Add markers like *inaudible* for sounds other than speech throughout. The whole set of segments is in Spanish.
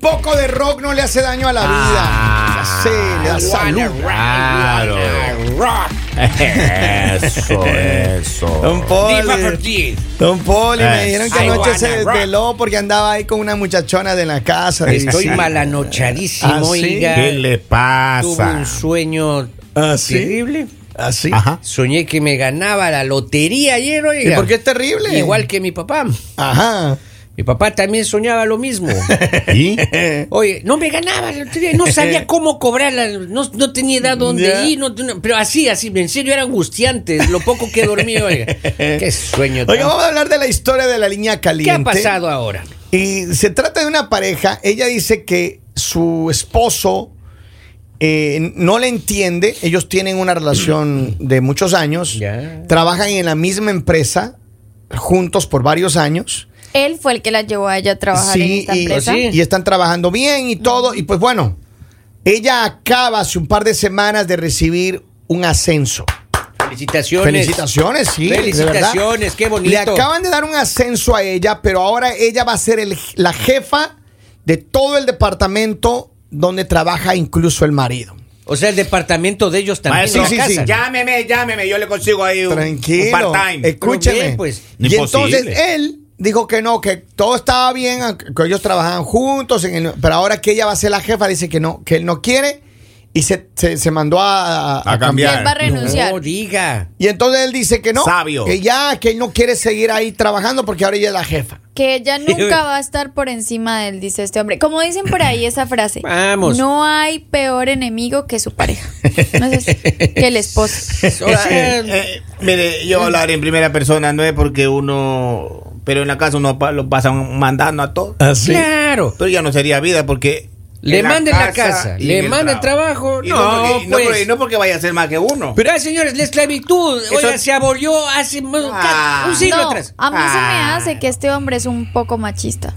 poco de rock no le hace daño a la Ah, vida. Le hace, le da salud. Claro. Eso, eso. Don Poli, Ortiz. Don Poli, me Eh. dijeron que I anoche se wanna rock. desveló porque andaba ahí con una muchachona de la casa. de Estoy visita. ¿Ah, malanochadísimo, sí? oiga. ¿Qué le Tuve pasa? un sueño ¿Ah, sí? terrible. ¿Así? Ajá. Soñé que me ganaba la lotería ayer, ¿Y oiga. por qué es terrible? Igual que mi papá. Ajá. Mi papá también soñaba lo *laughs* mismo. *laughs* ¿Y? Oye, no me ganaba la lotería, no *laughs* sabía cómo cobrarla, no, no tenía edad dónde Ya. ir, no- no- pero así, así, en serio era angustiante, lo poco que *laughs* dormí, oiga. Qué sueño. tan- Oiga, vamos a hablar de la historia de la línea ¿Qué caliente. ha pasado ahora? Y se trata de una pareja. Ella dice que su esposo eh, no le entiende. Ellos tienen una relación de muchos años. Ya. Trabajan en la misma empresa juntos por varios años. Él fue el que la llevó a ella a trabajar en Sí, esta y, empresa. Pues sí. y están trabajando bien y todo. Y pues bueno, ella acaba hace un par de semanas de recibir un ascenso. Felicitaciones. Felicitaciones, sí. de verdad. Felicitaciones, qué bonito. Le acaban de dar un ascenso a ella, pero ahora ella va a ser el- la jefa de todo el departamento donde trabaja incluso el marido. O sea, el departamento de ellos también. Maestro, lo sí, sí, acasan. sí. Llámeme, llámeme, yo le consigo ahí un, un Tranquilo. part-time. Escúchame. Pero bien, pues. Y Imposible. entonces él dijo que no, que todo estaba bien, que ellos trabajaban juntos, en el- pero ahora que ella va a ser la jefa, dice que no, que él no quiere y se, se- se mandó a, A Y cambiar. él va a renunciar. No diga. Y entonces él dice que no, Sabio. que ya, que él no quiere seguir ahí trabajando porque ahora ella es la jefa. *laughs* Que ella nunca va a estar por encima de él, dice este hombre. Como dicen por ahí esa frase. Vamos. No hay peor enemigo que su pareja. No es así, que *laughs* el esposo. O sea, Eh, mire, yo hablar en primera persona no es porque uno. Pero en la casa uno pa- lo pasan mandando a todos. claro. Pero ya no sería vida porque. Le en manda en la casa, y le en el manda el trabajo. Y no, No, porque, y no pues. porque- y no porque vaya a ser más que uno. Pero, ah, señores, la esclavitud Eso- oiga, se abolió hace más- Ah. un siglo No, atrás. a mí se me Ah. hace que este hombre es un poco machista.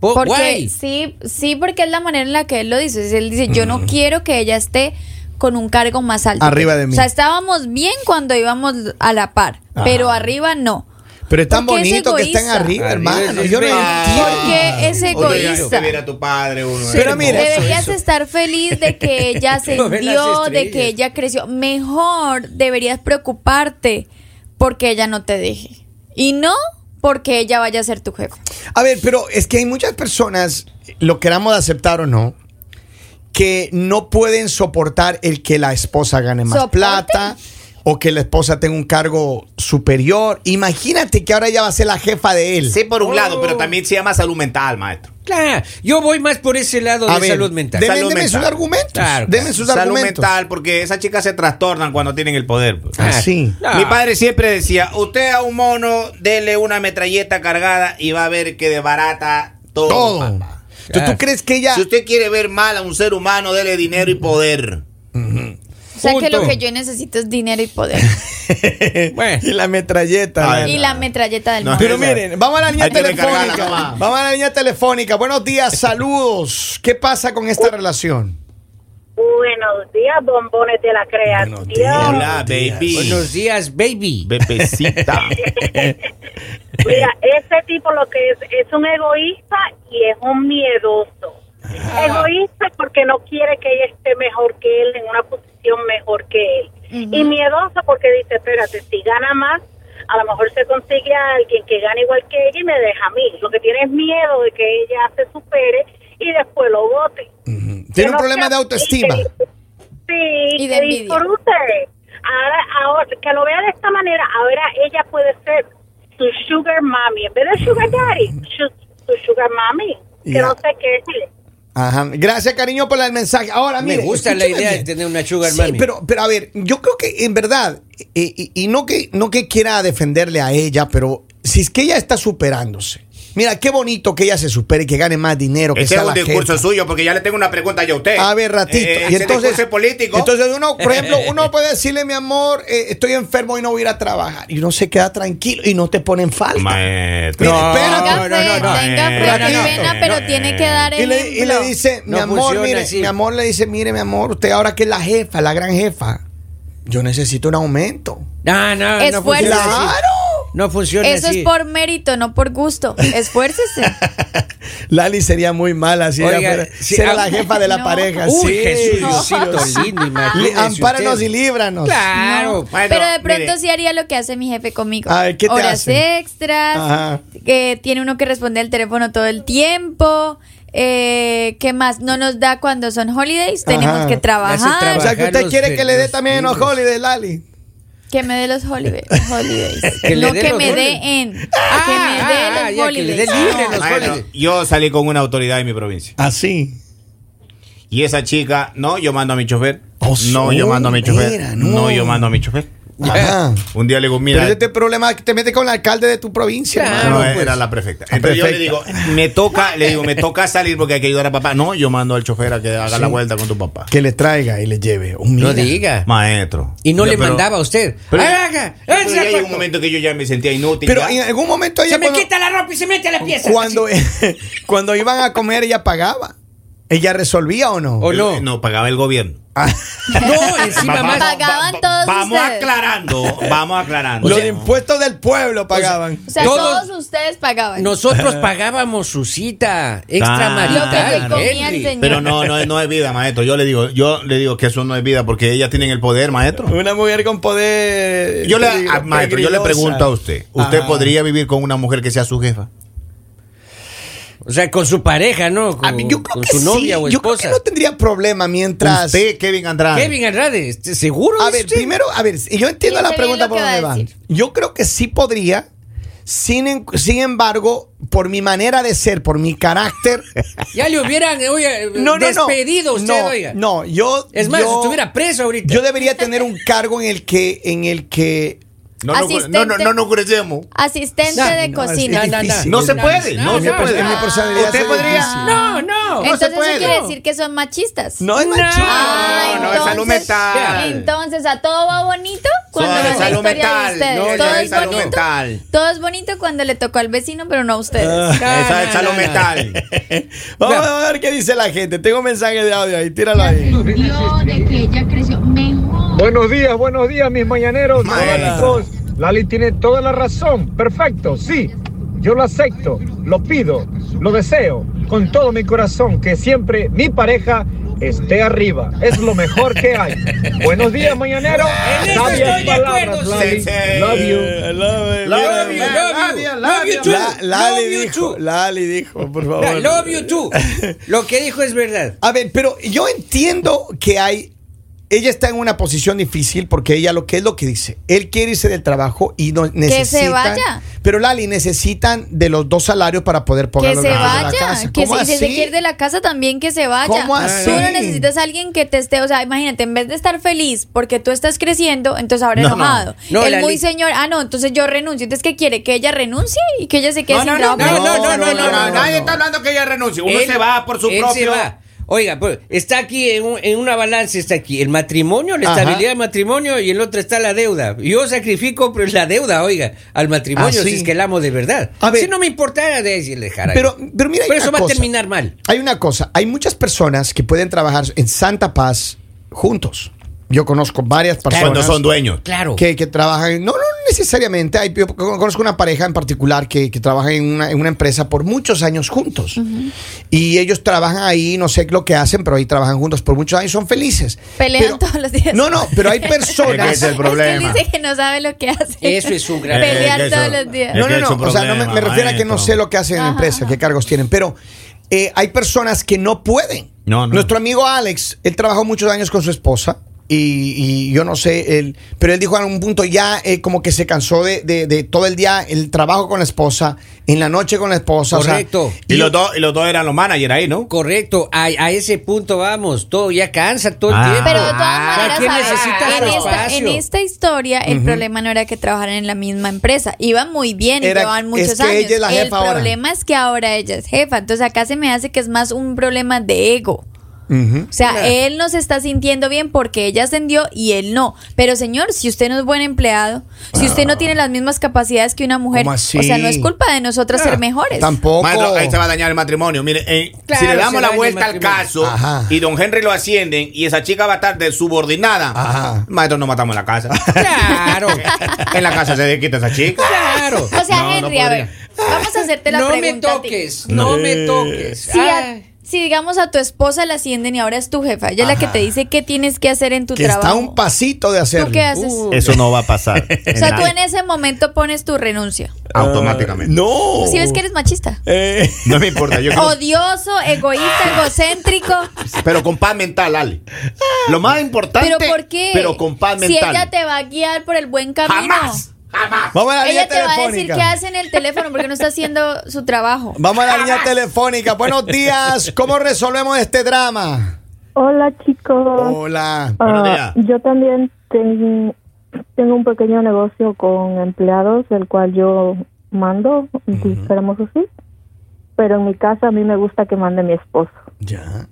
Po- Porque Oh, guay. sí, sí, porque es la manera en la que él lo dice. Es- Él dice, yo no quiero que ella esté con un cargo más alto. Mm. Arriba de mí. O sea, estábamos bien cuando íbamos a la par, pero arriba no. Pero es tan Porque es bonito que estén egoísta. arriba, Arriba hermano. es Yo no egoísta. entiendo. Porque es Oye, egoísta. que viera a tu padre uno. Sí. Pero hermoso. mira, Deberías estar feliz de que ella *laughs* No ve las ascendió, de que estrellas. ella creció. Mejor deberías preocuparte porque ella no te deje. Y no porque ella vaya a ser tu jefa. A ver, pero es que hay muchas personas, lo queramos aceptar o no, que no pueden soportar el que la esposa gane más ¿Soporten? plata o que la esposa tenga un cargo superior. Imagínate que ahora ella va a ser la jefa de él. Sí, por un Oh. lado, pero también se llama salud mental, maestro. Claro, yo voy más por ese lado A de ver, salud mental. Deme, Salud deme mental. sus argumentos. Claro. Deme sus salud argumentos. mental, porque esas chicas se trastornan cuando tienen el poder. pues. Ah, sí. Ah. Mi padre siempre decía, usted a un mono, dele una metralleta cargada y va a ver que desbarata todo. Todo. papá. Entonces, ¿Tú Claro. crees que ella... Si usted quiere ver mal a un ser humano, dele dinero y poder. O sea que Punto. lo que yo necesito es dinero *laughs* y poder. Bueno. eh, Y la metralleta. Ay, ¿no? y la metralleta del No, mundo. Pero miren, vamos a la línea Hay que telefónica. recargarla nomás. Vamos a la línea telefónica. Buenos días, saludos. ¿Qué pasa con esta relación? Buenos días, bombones de la Buenos creación. días. Hola, baby. Buenos días, baby. Bebecita. *laughs* Mira, ese tipo lo que es es un egoísta y es un miedoso. Ah. Egoísta porque no quiere que ella esté mejor que él, en una posición mejor que él. Y miedoso porque dice, espérate, si gana más, a lo mejor se consigue a alguien que gane igual que ella y me deja a mí. Lo que tiene es miedo de que ella se supere y después lo vote. Tiene Que un no problema sea- de autoestima. y que- *laughs* Sí, Y de que envidia. disfrute. Ahora, ahora, que lo vea de esta manera, ahora ella puede ser su sugar mommy. En vez de sugar daddy, su, su sugar mommy. Ya. Que no sé qué decirle. Ajá. Gracias, cariño, por el mensaje. Ahora, Ah, Me mire, gusta la escúchame idea de bien. este tener una sugar Sí, mami. pero, pero a ver, yo creo que en verdad, eh, y, y no, que, no que quiera defenderle a ella, pero si es que ella está superándose. Mira, qué bonito que ella se supere, que gane más dinero, que Ese Este es sea un la discurso jefa. suyo, porque ya le tengo una pregunta yo a usted. A ver, ratito. Eh, y ese entonces, discurso es político. entonces uno, por *laughs* ejemplo, uno puede decirle, mi amor, eh, estoy enfermo y no voy a ir a trabajar. Y uno se queda tranquilo y no te ponen falta. eh. Maestro. No, Tenga no, fe, no, no, tenga eh, fe, no, qué no, pena, no, pero no, tiene que dar Y el le, y le dice, mi No amor, funciona mire, así. mi amor le dice, mire, mi amor, usted ahora que es la jefa, la gran jefa, yo necesito un aumento. No, no, no Esfuerzo. Pues funciona así. ¡Claro! *laughs* No funciona Eso así. es por mérito, no por gusto. Esfuércese. Lali sería muy mala si Oiga, ella fuera, sí, será ah, la jefa de la no. pareja. Uy, sí. Jesús, Sí, *laughs* Diosito sí. lindo, Le- imagínese ampáranos usted. y líbranos. Claro. No, Ah, pero de pronto mire. sí haría lo que hace mi jefe conmigo. A ver, ¿qué te Horas hace? extras, Ajá. que tiene uno que responder el teléfono todo el tiempo. Eh, ¿Qué más? No nos da cuando son holidays, tenemos Ajá. que Hace trabajar. O sea, que Bajar usted los quiere que le dé los también libros. unos holidays, Lali. Que me dé los holiday- holidays. Que le no dé que los me holidays. dé en. Ah, ah, que me dé los ya, que le dé holidays. libre los Bueno, holidays. yo salí con una autoridad de mi provincia. Así. Y esa chica, no, yo mando a mi chofer. Oh, no, yo sí, mando a mi mira, chofer. no. No. yo mando a mi chofer. Ajá. *laughs* Un día le digo, mira. Pero este problema es que te metes con el alcalde de tu provincia. Claro. hermano. no, eh, pues. era la prefecta. Entonces yo le Ah, prefecta. digo, me toca, le digo, me toca salir porque hay que ayudar a papá. No, yo mando al chofer a que haga la vuelta con tu papá. Que le traiga y le lleve. Oh, mira. No diga. Maestro. Y no Ya, le pero- mandaba a usted. Pero, Haga, pero haga, ya llegó un cuando- momento que yo ya me sentía inútil. Pero ya. en algún momento ella Se me cuando, quita la ropa y se mete a la pieza. cuando, Así. *laughs* cuando iban a comer ella pagaba. ¿Ella resolvía o no? O- El- no. No, pagaba el gobierno. Ah, *laughs* No, encima Vamos- más. Pagaban va- todos Vamos ustedes. aclarando, vamos aclarando. los impuestos del pueblo pagaban. O sea, Todos- todos, ustedes *laughs* pagaban. Nosotros pagábamos su cita Lo que extramarital. se comía el Henry. señor. Pero no, no, es- no es vida, maestro. Yo le digo, yo le digo que eso no es vida porque ellas tienen el poder, maestro. Una mujer con poder. Yo le, peligro- ah, maestro, yo le peligrosa. pregunto a usted, ¿usted Ah, Ajá. podría vivir con una mujer que sea su jefa? O sea, con su pareja, ¿no? Con, A mí- Ah, yo creo con que su sí. novia o Yo creo esposa. que no tendría problema mientras. Usted, Kevin Andrade. Kevin Andrade, ¿este- ¿seguro? A de ver, usted? primero, a ver, y yo entiendo Piensa la bien pregunta lo por que va dónde a va. decir. Yo creo que sí podría, sin, en- sin embargo, por mi manera de ser, por mi carácter. Ya le hubieran eh, oye, *laughs* No, no, no. despedido usted, no, oiga. No, yo. Es más, yo- estuviera preso ahorita. Yo debería tener un cargo en el que, en el que No, no, Asistente. no, no, no nos crecemos. Asistente No, de no, cocina. es- No, no, no. difícil. No se puede, no, en mi se perso- puede. en mi personalidad Usted soy podría- difícil. No, no. se Entonces puede. eso quiere decir que son machistas. No es No. machismo. Ah, No, no, es salud entonces- mental. Entonces a todo va bonito cuando Todo es es la salud historia mental. de ustedes. No, todo ya es es salud bonito. mental. Todo es bonito cuando le tocó al vecino, pero no a ustedes. Esa es salud no, no. mental. Vamos a ver qué dice la gente. Tengo un mensaje de audio ahí, tíralo *laughs* ahí. vio de que ella creció mejor. Buenos días, buenos días, mis mañaneros. Maestro. Lali tiene toda la razón. Perfecto, sí. Yo lo acepto, lo pido, lo deseo con todo mi corazón que siempre mi pareja esté arriba. Es lo mejor que hay. buenos días, mañanero. En eso estoy de acuerdo, Lali. sí, sí. Love you. Eh, love you. Love you, love you, love you too. La- Lali Love you dijo, too. Lali dijo, por favor. I love *laughs* you too. Lo que dijo es verdad. A ver, pero yo entiendo que hay. Ella está en una posición difícil porque ella lo que es lo que dice. Él quiere irse del trabajo y no necesita. vaya. Pero Lali, necesitan de los dos salarios para poder pagar Que los se gastos de la vaya, casa. que ¿Cómo se, si se así? quiere ir de la casa también que se vaya. ¿Cómo así? Tú no necesitas a alguien que te esté, o sea, imagínate, en vez de estar feliz porque tú estás creciendo, entonces ahora No, enojado. no. No, el Lali. muy señor, ah, no, entonces yo renuncio. Entonces, ¿qué quiere? ¿Que ella renuncie y que ella se quede No, sin no, no, trabajo? no, no, no, no, no. Nadie está hablando que ella renuncie. Uno Él- se va por su él se propio. va. Oiga, pues, está aquí en, un- en una balanza, está aquí el matrimonio, la Ajá. estabilidad del matrimonio y el otro está la deuda. Yo sacrifico pues, la deuda, oiga, al matrimonio Ah, sí. si es que la amo de verdad. A ver. si no me importara decirle, Jara. Pero, pero mira, hay Pero eso una va a cosa. terminar mal. Hay una cosa, hay muchas personas que pueden trabajar en Santa Paz juntos. Yo conozco varias personas. Cuando son dueños. Claro. que, que trabajan, no, no necesariamente, hay, yo conozco una pareja en particular que, que trabaja en una, en una empresa por muchos años juntos. Y ellos trabajan ahí, no sé lo que hacen, pero ahí trabajan juntos por muchos años, son felices. Pelean Pero- todos los días. No, no, pero *laughs* hay Ese es personas... el problema. *laughs* Es que él dice que no sabe lo que hace. Eso es un gran- Pelear Eh, que eso- todos los días. Es No, que no, es no, un o sea, no me, me problema, refiero a que no maestro. sé lo que hacen en la Ajá, empresa, qué cargos tienen, pero eh, hay personas que no pueden. No, no. Nuestro amigo Alex, él trabajó muchos años con su esposa. Y, y yo no sé, él, pero él dijo en un punto ya eh, como que se cansó de, de- de todo el día el trabajo con la esposa, en la noche con la esposa. o sea, Correcto. Y los dos, y los dos eran los managers ahí, ¿no? Correcto, a, a ese punto vamos, todo ya cansa todo Ah. el tiempo. Pero de todas Ah, maneras, ¿quién a ver, necesita en, su esta, espacio? en esta historia el problema no era que trabajaran en la misma empresa, iban muy bien y Era- llevaban muchos es que años. ella es la el jefa ahora. problema es que ahora ella es jefa, entonces acá se me hace que es más un problema de ego. Ujú. O sea, él no se está sintiendo bien porque ella ascendió y él no. Pero señor, si usted no es buen empleado, si usted no tiene las mismas capacidades que una mujer, ¿Cómo o así? sea, no es culpa de nosotras ser mejores. Tampoco. Maestro, ahí se va a dañar el matrimonio. Mire, eh, Claro, si le se damos la daña vuelta el al matrimonio. caso Ajá. y don Henry lo ascienden y esa chica va a estar de subordinada, Ajá. maestro, no matamos en la *laughs* casa. Claro, en la casa se quita esa chica. claro. O sea, No, no Henry, a podría. ver, vamos a hacerte la no me pregunta. a ti. toques, no me toques. Si, a- Ah. Ay. si digamos a tu esposa la ascienden y ahora es tu jefa, ella es la que te dice qué tienes que hacer en tu que trabajo. está a un Uh, pasito de hacerlo. ¿Tú qué haces? Eso no va a pasar. o sea, tú en ese momento pones tu renuncia. Ah, Automáticamente. No. Si ves que eres machista. Eh, Ah. No me importa. Yo *laughs* creo- *laughs* Odioso, egoísta, egocéntrico. pero con paz mental, Ale. Lo más importante. ¿Pero por qué? Pero con paz Si mental. ella te va a guiar por el buen camino. Jamás. Jamás. vamos a la línea Ella te va a decir telefónica. qué hace en el teléfono porque no está haciendo su trabajo. Vamos a la línea telefónica. Buenos días. ¿Cómo resolvemos este drama? Hola chicos, Hola. buenos Ah, días. yo también ten- tengo un pequeño negocio con empleados, el cual yo mando, dijéramos así, pero en mi casa a mí me gusta que mande mi esposo. Ya.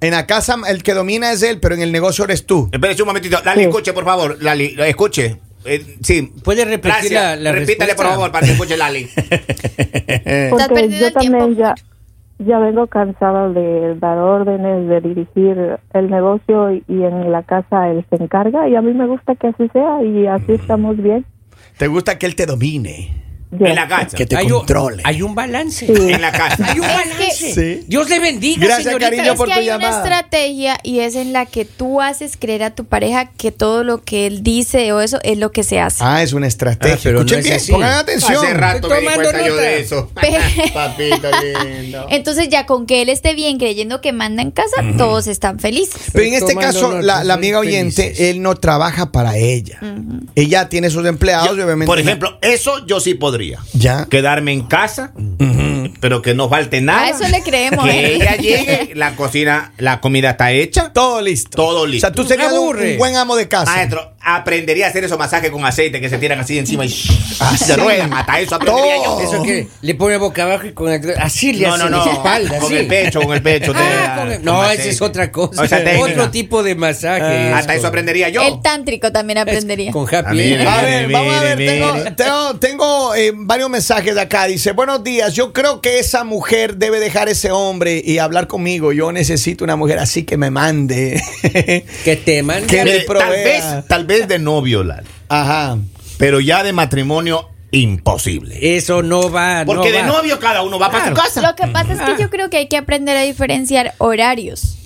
En la casa el que domina es él, pero en el negocio eres *laughs* tú. Espérese un momentito. Lali, Sí. escuche, por favor. Lali, escuche. Eh, sí. ¿Puedes repetir Gracias. la, la Repítale, respuesta? por favor, para que escuche Lali. Porque perdiendo yo el tiempo. también ya, ya vengo cansada de dar órdenes, de dirigir el negocio y, y en la casa él se encarga y a mí me gusta que así sea y así estamos bien. Te gusta que él te domine, Yes. En la casa. que te hay, un, controle. hay un balance. Sí. En la casa. Hay un balance. Sí. Dios le bendiga, Gracias, señorita. cariño, por es que tu hay una llamada. estrategia y es en la que tú haces creer a tu pareja que todo lo que él dice o eso es lo que se hace. Ah, es una estrategia. Ah, pero no Escuchen es bien, así. pongan atención. Hace rato me di Tomando cuenta yo nota. de eso. Pe- *laughs* Papito lindo. *laughs* Entonces ya con que él esté bien creyendo que manda en casa, todos están felices. Pero en Estoy este tomando caso, nota, la, la soy amiga oyente, felices. él no trabaja para ella. Ella tiene sus empleados, y obviamente. Por ejemplo, eso yo sí podría. Ya. Quedarme en casa, pero que no falte nada. A eso le creemos. Que ¿eh? ella llegue, la cocina, la comida está hecha. Todo listo. Todo listo. O sea, tú serías un, Aburre. un buen amo de Ah, casa. Maestro, aprendería a hacer esos masajes con aceite que se tiran así encima y se ruedan. Hasta eso aprendería Todo. yo. Ah, Eso que le pone boca abajo y con el, así le No, hace no, no. la espalda. Con así. el pecho, con el pecho. te da- Ah, con el- con no, esa aceite. es otra cosa. Esa técnica. Otro tipo de masaje. Ah, es Hasta eso con- aprendería yo. El tántrico también es aprendería. Con A happy. mí- ending. A Mire, ver, vamos a ver, mire, tengo, mire. tengo- tengo, eh, varios mensajes de acá. Dice, buenos días, yo creo que esa mujer debe dejar ese hombre y hablar conmigo. Yo necesito una mujer así que me mande. *laughs* Que te mande Que al- me Mire, tal provea. vez, tal vez de novio, Lali, Ajá. pero ya de matrimonio imposible. Eso no va. Porque no de va. novio cada uno va para su Claro. casa. Lo que pasa Ah. es que yo creo que hay que aprender a diferenciar horarios.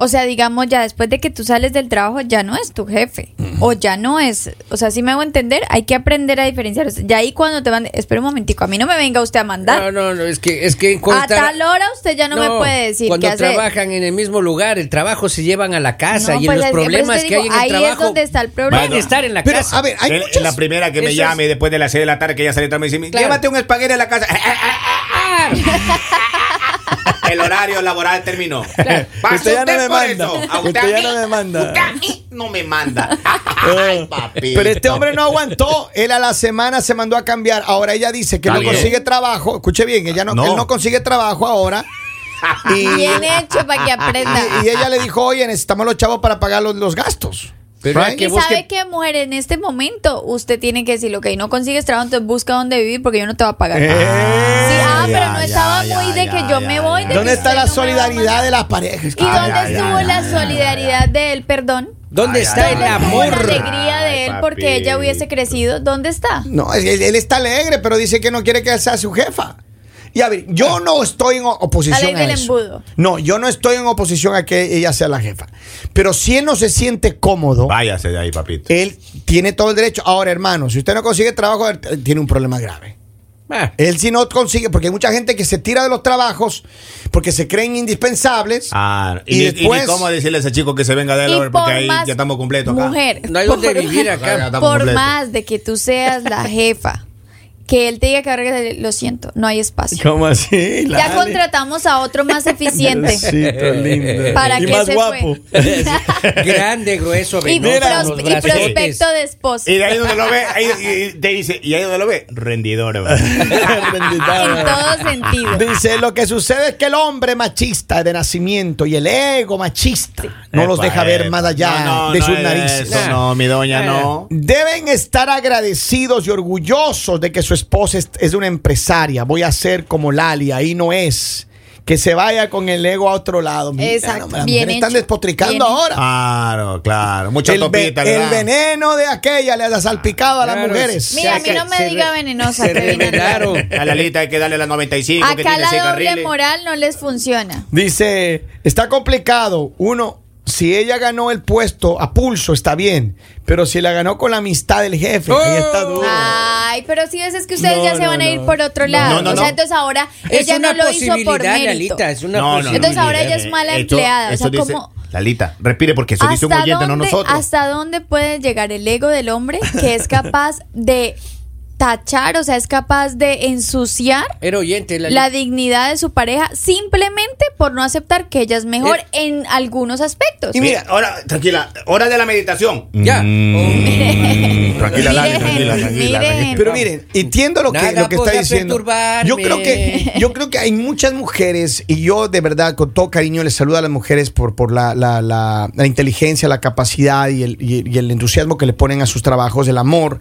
O sea, digamos, ya después de que tú sales del trabajo, ya no es tu jefe. O ya no es. O sea, si me hago entender, hay que aprender a diferenciar. O sea, ya ahí cuando te van. Espera un momentico, a mí no me venga usted a No, mandar. no, no, es que, es que en cuanto a Ah, tal hora usted ya no, me puede decir Cuando qué hacer. trabajan en el mismo lugar, el trabajo se llevan a la casa No, y pues, los es que por eso problemas te que hay en digo, el ahí es trabajo donde está el problema. Van a estar en la Pero, ah, casa. a ver, hay El- muchas- La primera que me Eso llame es- después de las 6 de la tarde que ya salió, me dice, Claro. llévate un espagueti a la casa. El horario laboral terminó. *laughs* Pasa Usted ya no me por manda. eso. A Usted ya a mí- no me manda. Eh, Usted a mí no me *laughs* manda. Ay, papito. Pero este hombre no aguantó. Él a la semana se mandó a cambiar. Ahora ella dice que Está no bien. consigue trabajo. Escuche bien, ella no, No. él no consigue trabajo ahora. Y, Bien hecho para que aprenda. y- y ella le dijo, oye, necesitamos los chavos para pagar los, los gastos. Pero Right? que y busque- sabe que, mujer, en este momento usted tiene que decir, ok, no consigues trabajo, entonces busca dónde vivir porque yo no te voy a pagar. Eh. Sí, ah, ya, pero no ya, estaba ya, muy de ya, que ya, yo me voy. ya. de ¿Dónde que está la usted no me va a solidaridad mandar? de las parejas? ¿Y dónde ya, ya, estuvo ya, la ya, solidaridad de él, perdón? ¿Dónde Ay, está ay, el ¿Dónde estuvo la amor? alegría de él Ay, porque ella hubiese papito. crecido? ¿Dónde está? No, es que él, él está alegre, pero dice que no quiere que sea su jefa. Y a ver, yo no estoy en o- oposición a Alegre Ah. el eso. embudo. No, yo no estoy en oposición a que ella sea la jefa. Pero si él no se siente cómodo, Váyase de ahí, papito. él tiene todo el derecho. Ahora, hermano, si usted no consigue trabajo, él- él tiene un problema grave. Ah, Él si no consigue, porque hay mucha gente que se tira de los trabajos porque se creen indispensables. Ah, y, y, ni- y ni después... cómo decirle a ese chico que se venga de él Y ahora, porque por ahí más ya estamos completos acá. *laughs* Mujer, No hay dónde por- vivir Ya acá. estamos Por completos. más de que tú seas la jefa, que él te diga que ahora que lo siento, no hay espacio. ¿Cómo así? Ya contratamos a otro más eficiente. Diosito lindo. ¿Para y qué más se guapo. *laughs* Grande, grueso, Y, venoso, pros- los y brazotes. prospecto de esposa. Y de ahí donde lo ve, ahí, y- y te dice, y ahí donde lo ve, rendidor. *laughs* *laughs* va. Ah, En todo sentido. Dice, lo que sucede es que el hombre machista de nacimiento y el ego machista no los Epa, deja ver epa. más allá No, no, de no sus es narices. eso, no, mi Eh. doña, no. Deben estar agradecidos y orgullosos de que su esposa es, es una empresaria. Voy a ser como Lali, ahí no es. Que se vaya con el ego a otro lado. Mira, Exacto, no, las bien mujeres están hecho, despotricando bien ahora. Claro, claro. Mucha El, ve- Ah, topita, el ¿verdad? veneno de aquella le ha salpicado a las Claro, mujeres. sí. Mira, a mí Se- no me se diga re- venenosa, Se que viene acá. revelaron. A la lista hay que darle la 95 que Acá tiene la seis doble carriles. moral no les funciona. Dice, está complicado. Uno, si ella ganó el puesto a pulso, está bien. Pero si la ganó con la amistad del jefe, ahí está duro. Ah. Ay, pero sí ves es que ustedes No, ya se no, van a ir no. por otro lado. no, o no. sea, entonces ahora Es ella una no lo hizo por posibilidad, mérito. Lalita. Es No, una no, no. posibilidad. Entonces ahora ella es mala Esto- empleada. esto o sea, dice- como Lalita, respire porque eso dice un ¿Hasta oyente, dónde, no nosotros. ¿Hasta dónde puede llegar el ego del hombre que es capaz de tachar, o sea, es capaz de ensuciar Era oyente. La, la dignidad de su pareja simplemente por no aceptar que ella es mejor Eh. en algunos aspectos? Y mira, ahora, tranquila, hora de la meditación. Mm. Mm. Ya. Tranquila, Lali, tranquila, Miren, tranquila. miren. tranquila. Pero miren, entiendo lo que, Nada lo que está podrá diciendo. perturbarme. Yo creo que yo creo que hay muchas mujeres y yo de verdad con todo cariño les saludo a las mujeres por, por la, la- la- la inteligencia, la capacidad y el, y- y el entusiasmo que le ponen a sus trabajos, el amor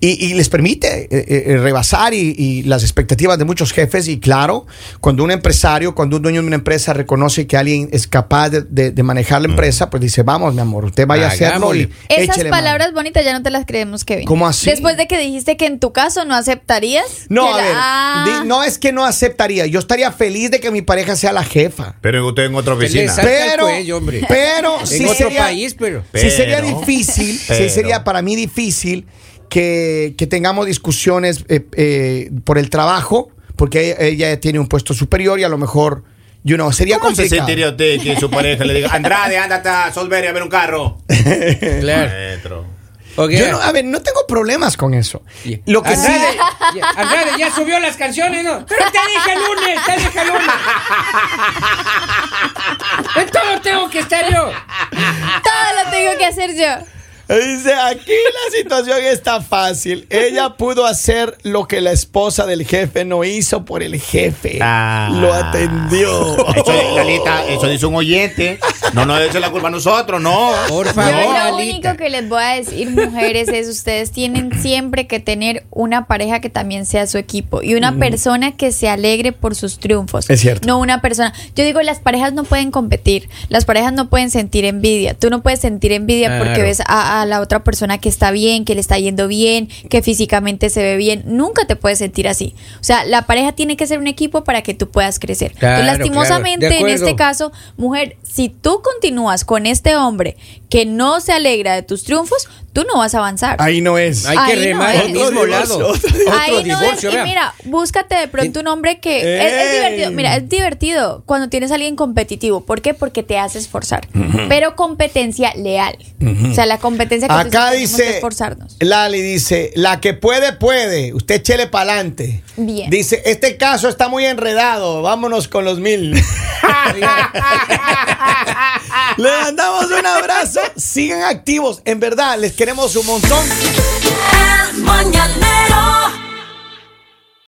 y, y les permite eh, eh, rebasar y, y las expectativas de muchos jefes y claro, cuando un empresario, cuando un dueño de una empresa reconoce que alguien es capaz de, de- de manejar la empresa, pues dice, vamos mi amor, usted vaya a hacerlo y Esas échele mano". palabras bonitas ya no te las creemos, Kevin. ¿Cómo así? Después de que dijiste que en tu caso no aceptarías. No, que a la- ver, Ah. di- no es que no aceptaría. Yo estaría feliz de que mi pareja sea la jefa. Pero usted en otra le oficina. saca el Pero, cuello, hombre. pero En sí otro sería, país, pero- sí sería Pero, difícil, sí pero. sería para mí difícil que, que tengamos discusiones eh, eh, por el trabajo, porque ella, ella tiene un puesto superior y a lo mejor, you know, sería ¿Cómo se complicado. sentiría usted que su pareja le diga, Andrade, ándate a Solveria a ver *laughs* un carro? Claro. Maestro. Ok. Yo Eh, no, a ver, no tengo problemas con eso. Yeah. Lo que sí, Andrade, ya, Andrade, ya subió las canciones, ¿no? Pero te dije el lunes, te dije el lunes. En todo tengo que estar yo. *laughs* Todo lo tengo que hacer yo. Dice, aquí la situación está fácil. Ella pudo hacer lo que la esposa del jefe no hizo por el jefe. Ah. Lo atendió. Eso, Lalita, eso dice un oyente. No nos eche la culpa a nosotros, no. Por Yo favor, lo Lalita. único que les voy a decir, mujeres, es ustedes tienen siempre que tener una pareja que también sea su equipo y Mm. una persona que se alegre por sus triunfos. Es cierto. No una persona. Yo digo, las parejas no pueden competir, las parejas no pueden sentir envidia. Tú no puedes sentir envidia porque Claro. ves a, a la otra persona que está bien, que le está yendo bien, que físicamente se ve bien. Nunca te puedes sentir así. O sea, la pareja tiene que ser un equipo para que tú puedas crecer. Claro, Entonces, claro. lastimosamente, De en este acuerdo. caso, caso, mujer, si tú continúas con este hombre que no se alegra de tus triunfos, tú no vas a avanzar. Ahí no es. Hay Ahí que remar al no es. mismo Otro lado. divorcio, Otro Ahí no es, divorcio, y vea. mira, búscate de pronto un hombre que es, es ¡Ey! divertido. Mira, es divertido cuando tienes a alguien competitivo. ¿Por qué? Porque te hace esforzar. Pero competencia leal. O sea, la competencia que tú Acá dices, tenemos que dice, esforzarnos. Lali dice, la que puede, puede. Usted chele para adelante. Bien. Dice, este caso está muy enredado. Vámonos con los *laughs* mil. Le mandamos un abrazo. Sigan activos. En verdad, les queremos un montón. El mañanero.